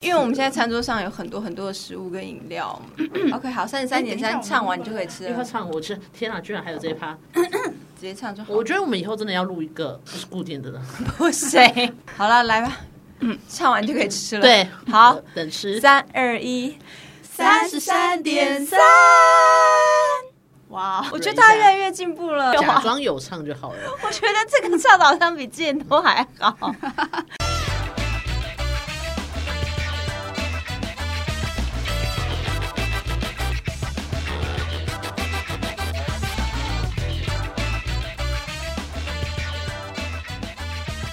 因为我们现在餐桌上有很多很多的食物跟饮料。OK，好，三十三点三唱完你就可以吃立刻了，唱，我吃，天啊，居然还有这一趴！直接唱就好。我觉得我们以后真的要录一个不是固定的了。不 谁？好了，来吧，嗯，唱完就可以吃了。对，好，等吃。三二一， 33.3。哇，我觉得他越来越进步了。假装有唱就好了。我觉得这个唱好像比之前都还好。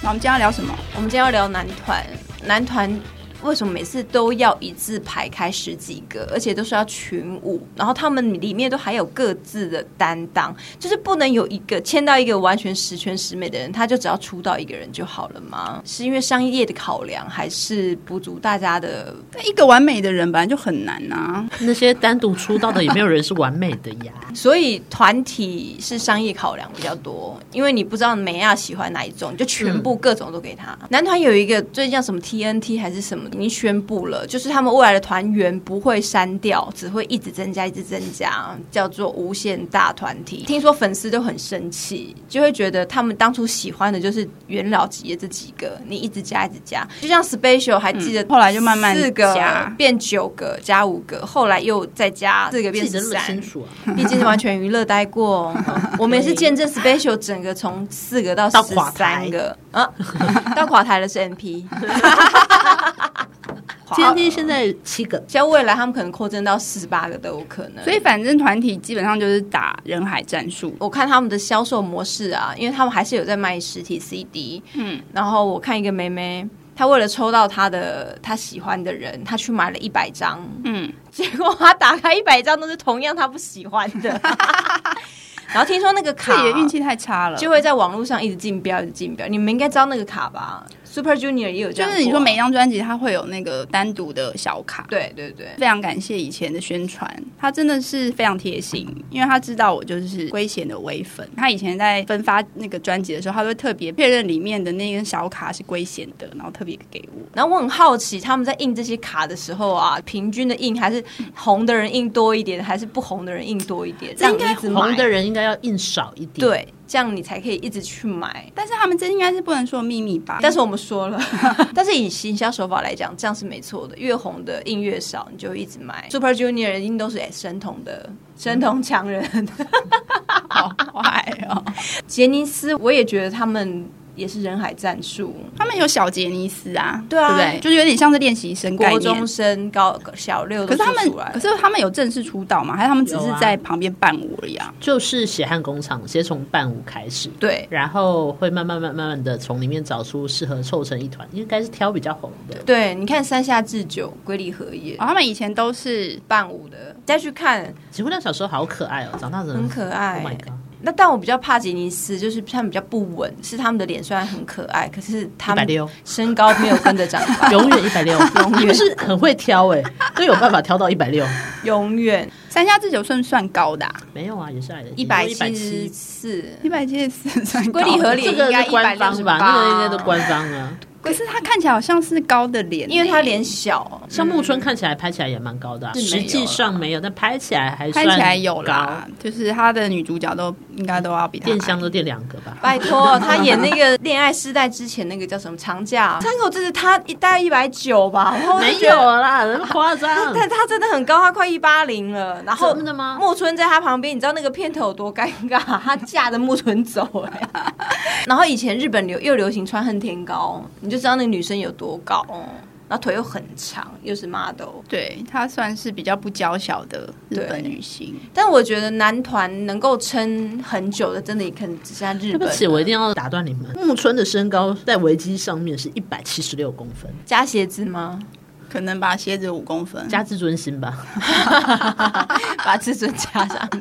那我们今天要聊什么？我们今天要聊男团，男团为什么每次都要一字排开十几个，而且都是要群舞，然后他们里面都还有各自的担当，就是不能有一个签到一个完全十全十美的人，他就只要出道一个人就好了吗？是因为商业的考量，还是补足大家的？一个完美的人本来就很难啊呐、那些单独出道的也没有人是完美的 呀。所以团体是商业考量比较多，因为你不知道美亚喜欢哪一种，你就全部各种都给他。嗯男团有一个最近叫什么 TNT 还是什么，已经宣布了，就是他们未来的团员不会删掉，只会一直增加，一直增加，叫做无限大团体。听说粉丝都很生气，就会觉得他们当初喜欢的就是元老级的这几个，你一直加，一直加，就像 Special 还记得、嗯后来就慢慢四个加变九个，加五个，后来又再加四个变记得十那么三清。楚 啊，毕竟是完全娱乐待过，我们也是见证 Special 整个从四个到到十垮台三个 啊，到垮台的是 MP。今垮天现在七个，像未来他们可能扩增到四十八个都有可能，所以反正团体基本上就是打人海战术。我看他们的销售模式啊，因为他们还是有在卖实体 CD。嗯，然后我看一个妹妹，她为了抽到她的她喜欢的人，她去买了一百张。嗯，结果她打开一百张都是同样她不喜欢 的。然后听说那个卡自己的运气太差了，就会在网络上一直竞标，一直竞标。你们应该知道那个卡吧？Super Junior 也有这就样、啊是你说每张专辑它会有那个单独的小卡。对对对，非常感谢以前的宣传，他真的是非常贴心，因为他知道我就是龟贤的微粉。他以前在分发那个专辑的时候，他都会特别确认里面的那根小卡是龟贤的，然后特别给我。然后我很好奇，他们在印这些卡的时候啊，平均的印还是红的人印多一点，还是不红的人印多一点？这应该让你一直买红的人应该要印少一点。，对，这样你才可以一直去买。但是他们这应该是不能说秘密吧？但是我们说了， 但是以行销手法来讲，这样是没错的。越红的印越少，你就一直买。Super Junior 印都是哎神童的神童强人，嗯好坏哦，杰尼斯我也觉得他们也是人海战术。他们有小杰尼斯啊，对啊不对？就是有点像是练习生概国念中。生、高小六可都是他出出们，来可是他们有正式出道吗？还是他们只是有啊在旁边伴舞而已啊？就是血汗工厂，先从伴舞开始。对然后会慢慢慢慢慢的从里面找出适合凑成一团，应该是挑比较红的。对，你看山下智久、龟梨和也哦，他们以前都是伴舞的，再去看结婚那小时候好可爱哦，长大真的很可爱 Oh my god！那但我比较怕杰尼斯，就是他们比较不稳，是他们的脸虽然很可爱，可是他们160身高没有跟着长高，永远一百六，远你们是很会挑哎、都有办法挑到一百六。永远三下智久算算高 的、啊，没有啊，也是矮的，一百一百七十七。四。一百七十四算龟梨和脸这个应该是官方吧？ 168那个应该都官方啊。 可是他看起来好像是高的脸欸、因为他脸小，像木村看起来拍起来也蛮高的啊、是没实有际上没有，但拍起来还拍算起来有高。啦，就是他的女主角都应该都要比他矮电箱都垫两个吧？拜托，他演那个《恋爱时代》之前那个叫什么长假，山口这是他一大概一百九吧，然后我就没觉得有啦，那么夸张。 但他真的很高，他快一八零了。然后嗯真的吗木村在他旁边，你知道那个片头有多尴 尬？他架着木村走、哎然后以前日本流又流行穿恨天高，你就知道那个女生有多高哦。然后腿又很长，又是 model。对她算是比较不娇小的日本女星，但我觉得男团能够撑很久的，真的也可能只剩下日对本不了。起，我一定要打断你们。木村的身高在维基上面是一百七十六公分，加鞋子 吗？可能吧，鞋子五公分，加自尊心吧。把自尊加上，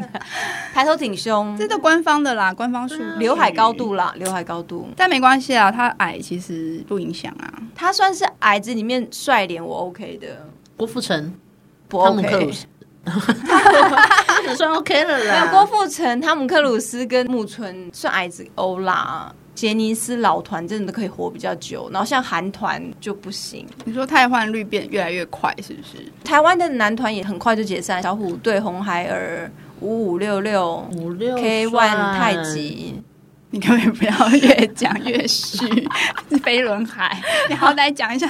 抬头挺胸，这都官方的啦，官方数据啊刘海高度啦，刘海高度。但没关系啊，他矮其实不影响啊。他算是矮子里面帅脸，我 OK 的，郭富城、不汤姆 OK。克鲁斯， 他们算 OK 了没有啦。郭富城、汤姆克鲁斯跟木村算矮子欧啦，杰尼斯老团真的可以活比较久，然后像韩团就不行。你说汰换率变越来越快，是不是？台湾的男团也很快就解散，小虎队、红孩儿、五五六六、五六 K One 算太，极。你可不可以不要越讲越虚？飞轮海，你好歹讲一下。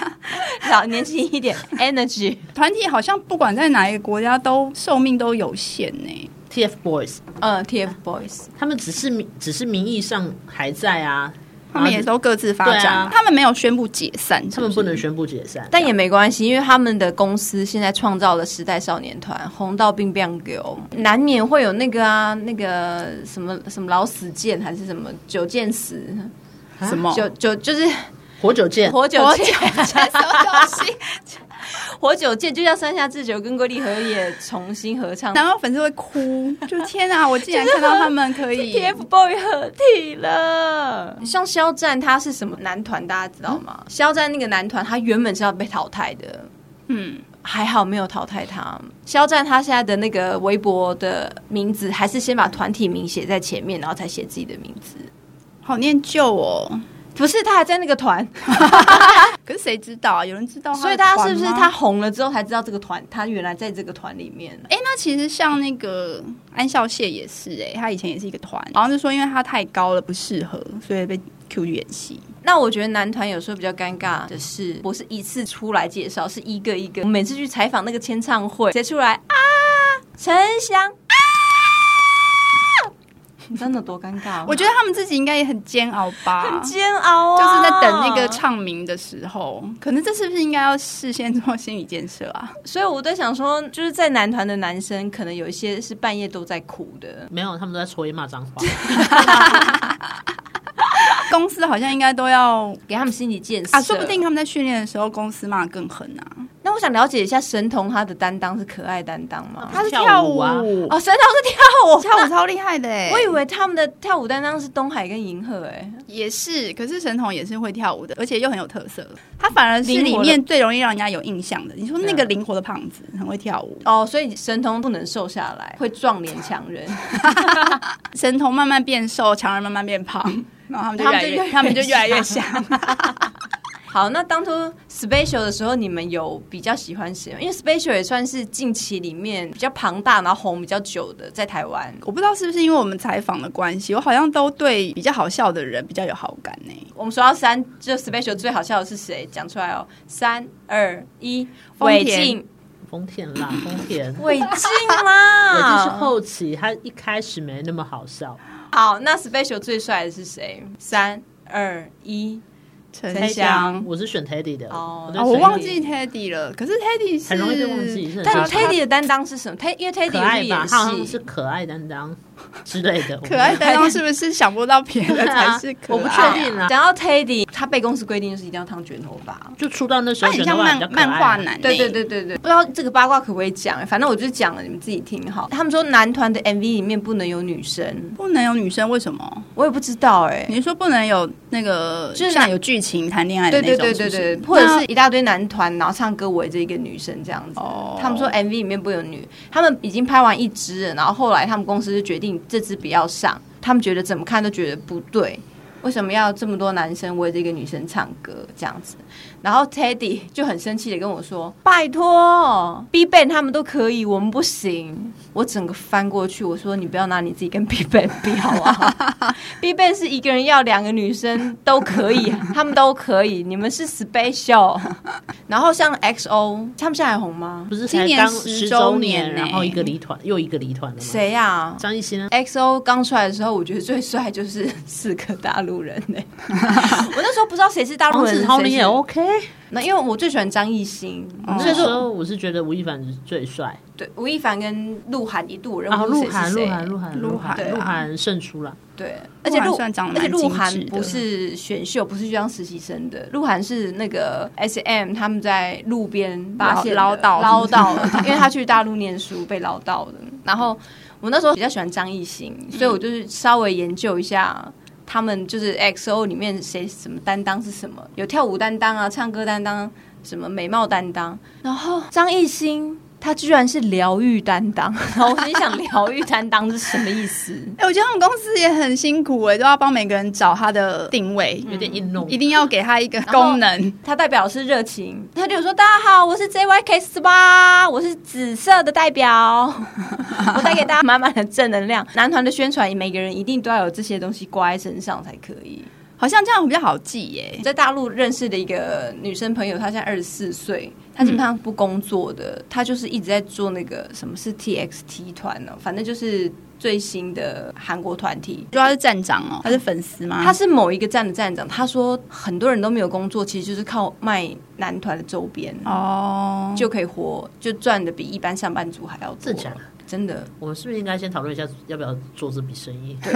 老年轻一点，Energy 团体好像不管在哪一个国家都寿命都有限呢、 TFBOYS，呃 TFBOYS 他们只是名只是名义上还在啊，他们也都各自发对展，啊他们没有宣布解散，他是们不不是能宣布解散，但也没关系，因为他们的公司现在创造了时代少年团，红到并变流，难免会有那个啊，那个什么什么老死剑还是什么九剑死，啊什么九九就是火九剑，火哦九我剑，什么东西？火九剑就像山下智久跟龟梨和也重新合唱。 然后粉丝会哭，就天啊！我竟然看到他们 可以 TFBOY 合体了，像肖战他是什么男团，大家知道吗？肖战那个男团，他原本是要被淘汰的，嗯，还好没有淘汰他。肖战他现在的那个微博的名字，还是先把团体名写在前面，然后才写自己的名字。好念旧哦。不是，他还在那个团，可是谁知道啊？有人知道他的所以大家是不是团吗他？红了之后才知道这个团，他原来在这个团里面？哎、那其实像那个安孝燮也是、诶，他以前也是一个团，好像就说因为他太高了不适合，所以被 Q 去演戏。那我觉得男团有时候比较尴尬的是，不是一次出来介绍，是一个一个。我每次去采访那个签唱会，谁出来啊？陈翔啊！你真的多尴尬、我觉得他们自己应该也很煎熬吧，很煎熬哦就啊，是在等那个唱名的时候，可能这是不是应该要事先做心理建设啊？所以我在想说，就是在男团的男生，可能有一些是半夜都在哭的。没有，他们都在抽烟骂脏 话。公司好像应该都要给他们心理建设 啊，说不定。他们在训练的时候公司骂得更狠啊。那我想了解一下神童他的担当是可爱担当吗？他是跳跳舞舞啊哦，神童是跳舞，跳舞超厉害的哎、我以为他们的跳舞担当是东海跟银河、哎，也是，可是神童也是会跳舞的，而且又很有特色。他反而是灵里活的面最容易让人家有印象的。你说那对个啊灵活的胖子很会跳舞，哦，所以神童不能瘦下来，会撞脸强 人。神童慢慢变瘦，强人慢慢变 胖，然后他们就他们就越来越，越他们就越来越像。好，那当初 Special 的时候，你们有比较喜欢谁吗？因为 Special 也算是近期里面比较庞大，然后红比较久的，在台湾。 我不知道是不是因为我们采访的关系，我好像都对比较好笑的人比较有好感呢、我们数到三，就 Special 最好笑的是谁？讲出来哦！三二一，丰韦田静，丰田啦，丰田，我韦静已经是啦。后期，他一开始没那么好笑。好，那 Special 最帅的是谁？三二一，陈陈翔我是选 Teddy 的，哦对哦，我陈忘记 Teddy Teddy 了，可是 Teddy 是很容易被忘记是很但正常 Teddy 的担当是什么？他因为 Teddy 可有爱去吧，演他好像戏，是可爱担当之类 的，可爱担当是不是想不到别的才是可爱、我不确定啦。讲到 Teddy，他被公司规定就是一定要烫卷头发。就出道那时他候很觉得像哇漫比较可爱啊，漫画男、欸，对对对对对，不知道这个八卦可不可以讲、反正我就讲了，你们自己听好。他们说男团的 MV 里面不能有女生，不能有女生，为什么？我也不知道哎、你是说不能有那个，就是像有剧情谈恋爱的对那对种，对对是不是对，或者那是一大堆男团，然后唱歌围着一个女生这样子。哦他们说 MV 里面不有女，他们已经拍完一支了，然后后来他们公司就决定这支不要上，他们觉得怎么看都觉得不对，为什么要这么多男生围着一个女生唱歌这样子？然后 Teddy 就很生气的跟我说：“拜托，B Ban 他们都可以，我们不行。”我整个翻过去，我说：“你不要拿你自己跟 B Ban 比好啊，B Ban 是一个人要两个女生都可以， 他们都可以，你们是 special。”然后像 XO，他们现在还红吗？不是今才年刚10十周年，年然欸后一个离团又一个离团了吗？？谁呀、张艺兴啊 XO 刚出来的时候，我觉得最帅就是 四个大陆人呢、 我那时候不知道谁是大陆黄人，子哦韬你谁也是 OK。那因为我最喜欢张艺兴，所那以时说候我是觉得吴亦凡最帅，嗯对吴亦凡跟鹿晗一度，我认然后不出哦谁鹿是晗、鹿谁。晗、鹿晗、鹿鹿晗啊晗、鹿晗胜出了。对，而且鹿鹿晗算长得而且蛮鹿精晗致的不是选秀，不是去当实习生的，鹿晗是那个 S M 他们在路边发现的捞到捞到 了，因为他去大陆念书被捞到的。然后我那时候比较喜欢张艺兴，嗯所以我就是稍微研究一下。他们就是 XO 里面谁什么担当是什么，有跳舞担当啊，唱歌担当，什么美貌担当。然后张艺兴他居然是疗愈担当，然后我心想，疗愈担当是什么意思？哎、我觉得他们公司也很辛苦哎、都要帮每个人找他的定位，嗯有点硬弄一。定要给他一个功能。他代表是热情，他就说：“大家好，我是 JYK 十八，我是紫色的代表，我带给大家满满的正能量。”男团的宣传，每个人一定都要有这些东西挂在身上才可以。好像这样比较好记耶、在大陆认识的一个女生朋友，她现在二十四岁，她基本上不工作的，她就是一直在做那个什么是 TXT 团呢、反正就是最新的韩国团体。主要是站长哦，他是粉丝吗？她是某一个站的站长，她说很多人都没有工作，其实就是靠卖男团的周边哦，就可以活，就赚的比一般上班族还要多真的假的。真的，我们是不是应该先讨论一下要不要做这笔生意？对，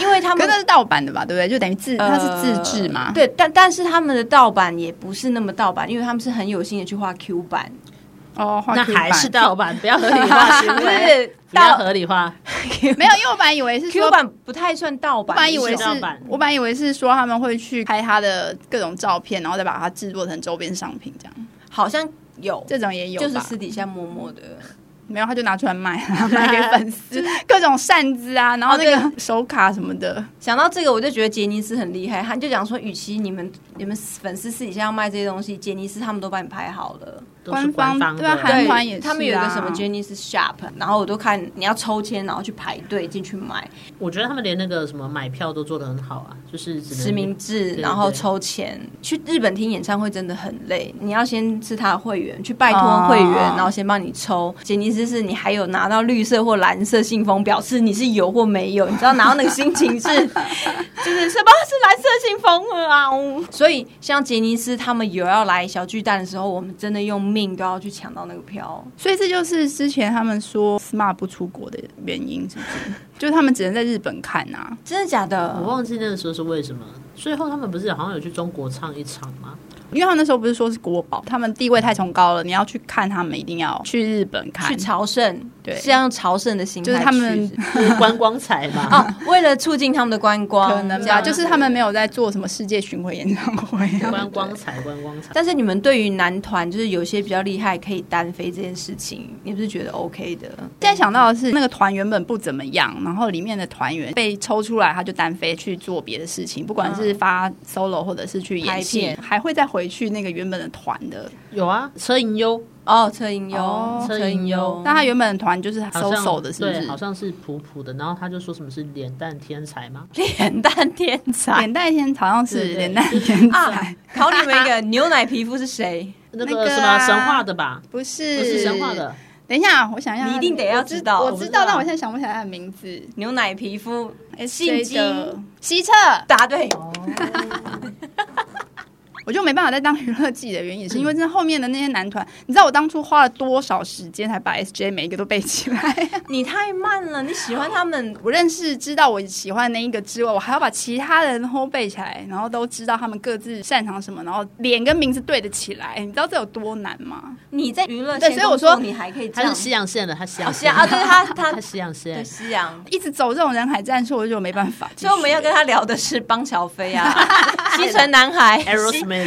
因为他可们是那是盗版的吧，对不对？就等于自呃他是自制嘛，对，但但是他们的盗版也不是那么盗版，因为他们是很有心的去画 Q 版，哦，画那 Q 还版是盗版，不要合理化 行不为，是不要盗合理化。没有，因为我本来以为是 Q 说。版不太算盗版，我本来以为是是盗版，我本来以为是说他们会去拍他的各种照片，然后再把它制作成周边商品，这样好像有，这种也有就是吧？私底下默默的，没有，他就拿出来卖，啊 卖给粉 丝，各种扇子啊，然后那哦个手卡什么的，想到这个，我就觉得杰尼斯很厉害。他就讲说，与其你们你们粉丝私底下要卖这些东西，杰尼斯他们都帮你拍好了。都是官方官方的，对啊韩团也是啊他们有一个什么杰尼斯 Shop，然后我都看你要抽签，然后去排队进去买我觉得他们连那个什么买票都做得很好啊，就是只能实嗯名制，对然后抽签。去日本听演唱会真的很累，你要先是他的会员，去拜托会员，哦然后先帮你抽。杰尼斯是你还有拿到绿色或蓝色信封，表示你是有或没有，你知道拿到那个心 情是就是什么是蓝色信封了啊！哦所以像杰尼斯他们有要来小巨蛋的时候，我们真的用命都要去抢到那个票。所以这就是之前他们说 SMART 不出国的原因，是 不是？就是他们只能在日本看啊。真的假的？我忘记那个时候是为什么。最后他们不是好像有去中国唱一场吗？因为他们那时候不是说是国宝，他们地位太崇高了，你要去看他们，一定要去日本看去。朝圣，对是要用朝圣的心态就是他们去是就是观光彩嘛。哦，为了促进他们的观光，可能这吧，样啊就是他们没有在做什么世界巡回演唱会啊。观光彩，观光彩。但是你们对于男团，就是有些比较厉害可以单飞这件事情，你不是觉得 OK 的？现在想到的是，那个团原本不怎么样，然后里面的团员被抽出来，他就单飞去做别的事情，不管是发 solo 或者是去演拍戏，片还会再回去那个原本的团的。有啊，车银优哦，车银优哦，车银优，那他原本的团就是好 solo 像的，是不对，好是？像是普普的。然后他就说什么是脸蛋天才吗？脸蛋天才脸蛋天好像是对对脸蛋天 才啊，！考你们一个牛奶皮肤是谁？那那个个什么啊神话的吧？不不是是神话的，等一下，我想一下，你一定得要知道我我知知道道，但我现在想不起来他的名字。牛奶皮肤，姓金的西澈，答对。我就没办法再当娱乐记者的原因，也是因为真的后面的那些男团，你知道我当初花了多少时间才把 SJ 每一个都背起来？你太慢了，你喜欢他们我认识知道我喜欢那一个之外，我还要把其他人都背起来，然后都知道他们各自擅长什么，然后脸跟名字对得起来，你知道这有多难吗？你在娱乐对圈，所以我说你还可以这他样是，西洋线的，他西哦洋西洋啊，对他他 他西洋线对。西洋，一直走这种人海战术，我就觉得没办法。所以我们要跟他聊的是邦乔飞 啊，西城男 孩 Aerosmith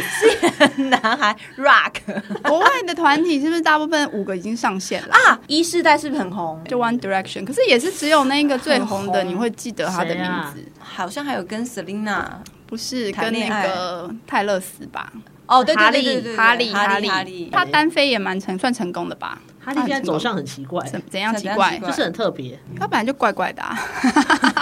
男孩 Rock 国外的团体是不是大部分五个已经上线 了？啊，一世代是不是很红？就 One Direction，可是也是只有那个最红的，很红你会记得他的谁名啊字，好像还有跟 Selina 不是谈跟恋那个泰勒斯吧？哦，对哈对利对对对，哈利哈利哈利，他单飞也蛮成算成功的吧？哈利现在走向很奇怪，怎怎样奇怎样怪奇？怪就是很特别。他本来就怪怪的、啊，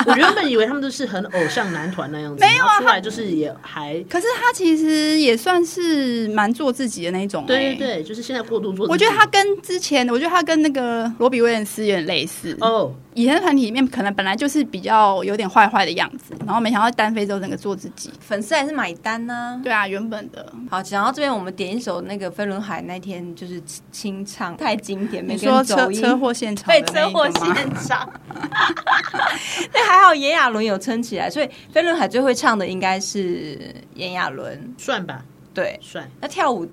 我原本以为他们都是很偶像男团那样子，没有啊然后出来就是也还可是他其实也算是蛮做自己的那一种、对对欸。对，就是现在过度做自己。我觉得他跟之前，我觉得他跟那个罗比威廉斯有点类似。哦，以前的团体里面，可能本来就是比较有点坏坏的样子，然后没想到单飞之后整个做自己。粉丝还是买单呢。对啊，原本的好，讲到这边，我们点一首那个飞轮海那天就是清唱，太经典，每你个人说走车音。车祸现场被的那车一祸个吗现场， 那还好炎亚纶有撑起来，所以飞轮海最会唱的应该是炎亚纶。算吧，对，算。那跳舞，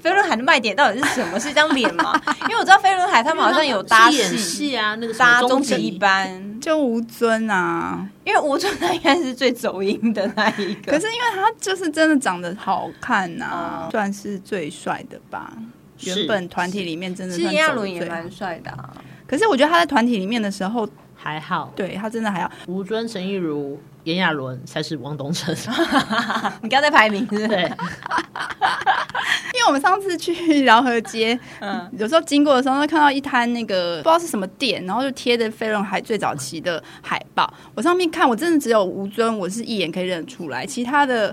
飞轮海的卖点到底是什么？是一张脸 吗？因为我知道飞轮海他们好像有搭是演戏啊，那个什么搭终终极一，班，就吴尊啊，因为吴尊他应该是最走音的那一个。啊可是因为他就是真的长得好看呐、哦算是最帅的吧。原本团体里面真的其算实炎亚走得纶也最好蛮帅的、啊，可是我觉得他在团体里面的时候，还好。对他真的还要吴尊、陈亦儒、炎亚纶才是汪东城。 你刚才排名是不是？对，因为我们上次去 饶河街，嗯，有时候经过的时候，会看到一摊那个不知道是什么店，然后就贴着飞轮海最早期的海报。我上面看，我真的只有吴尊，我是一眼可以认得出来，其他的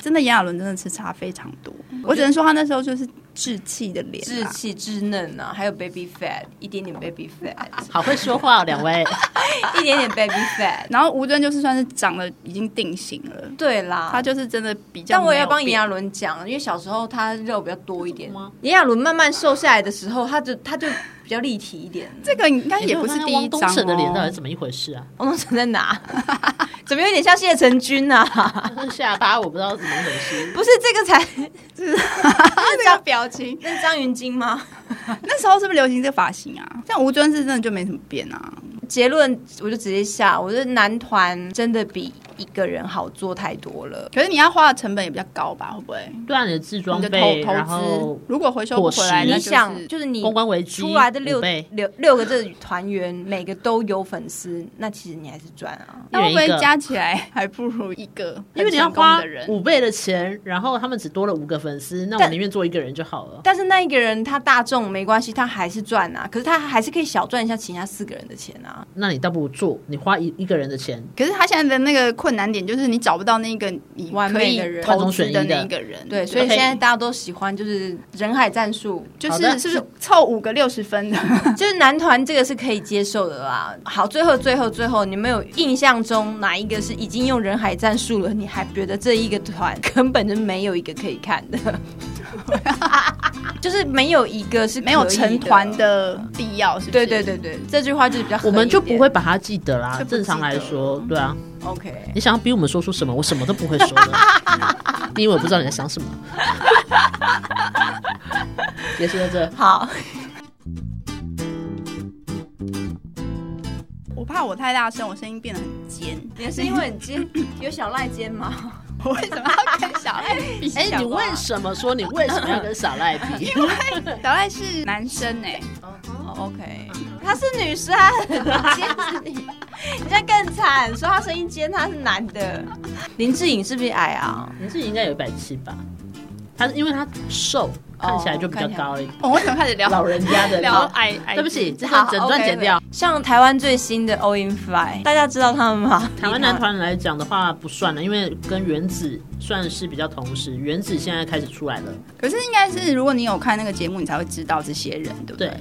真的炎亚纶真的是差非常多。我只能说他那时候就是稚气的脸稚啊，气、稚嫩啊，还有 baby fat，一点点 baby fat，好会 说话、哦，两位。一点点 baby fat。 然后吴尊就是算是长得已经定型了，对啦，他就是真的比较但没有变。我也要帮啊炎亚纶讲，因为小时候他肉比较多一点真的吗。炎亚纶慢慢瘦下来的时候，他就他就比较立体一点。这个应该也你不有是没有第发一张现汪东城的脸到 底哦是。怎么一回事啊？王东城在 哪？怎么有点像谢承君啊？ 下巴我不知道怎么一回事。不是这个才，这个表情，那是张云京吗？ 那时候是不是流行这个发型啊？像吴尊是真的就没什么变啊。结论我就直接下，我觉得男团真的比一个人好做太多了。可是你要花的成本也比较高吧？会不会？对啊，你的自装你的费，投然投后资，如果回收不回来，伙食那你就是想，哎就是你公关危机出来的六五倍六六个这团员，每个都有粉丝，那其实你还是赚啊。那会不一人会一个加起来还不如一个因为你要很成功花的人？五倍的钱，然后他们只多了五个粉丝，那我但宁愿做一个人就好了。但是那一个人他大众没关系，他还是赚啊。可是他还是可以小赚一下其他四个人的钱啊。那你倒不如做，你花一一个人的钱，可是他现在的那个困难点就是你找不到那个你完可美以的人投资的万中选一的那一个人，对，所以 OK 现在大家都喜欢就是人海战术，就好是的是不是凑五个六十分的？就是男团这个是可以接受的啦。好，最后最后最后，你们有印象中哪一个是已经用人海战术了，你还觉得这一个团根本就没有一个可以看的？ 就是没有一个是可以没有成团的必要，是不对是？对对对，这句话就是比较合理我一点们就不会把它记得啦就。不正常来记得说，对啊， OK。 你想要逼我们说出什么，我什么都不会说的， 因为我不知道你在想什么。 结束在这。好，我怕我太大声，我声音变得很尖。你的声 音会很尖，有小赖尖吗？我为什么要跟小赖比？哎、你为什么说你为什么要跟小赖比？小赖是男生哎、 o k 他是女生，尖是你，你现在更惨，说他声音尖，他是男的。林志颖是不是矮啊？林志颖应该有一百七吧？他因为他瘦，看起来就比较高一点。我为什么开始 聊老人家的聊矮矮？对不起，这好个整段剪掉。。 OK，OK 像台湾最新的 All In Fly，大家知道他们吗？台湾男团来讲的话不算了，因为跟原子算是比较同时。原子现在开始出来了，可是应该是，如果你有看那个节目，你才会知道这些人，对不对？对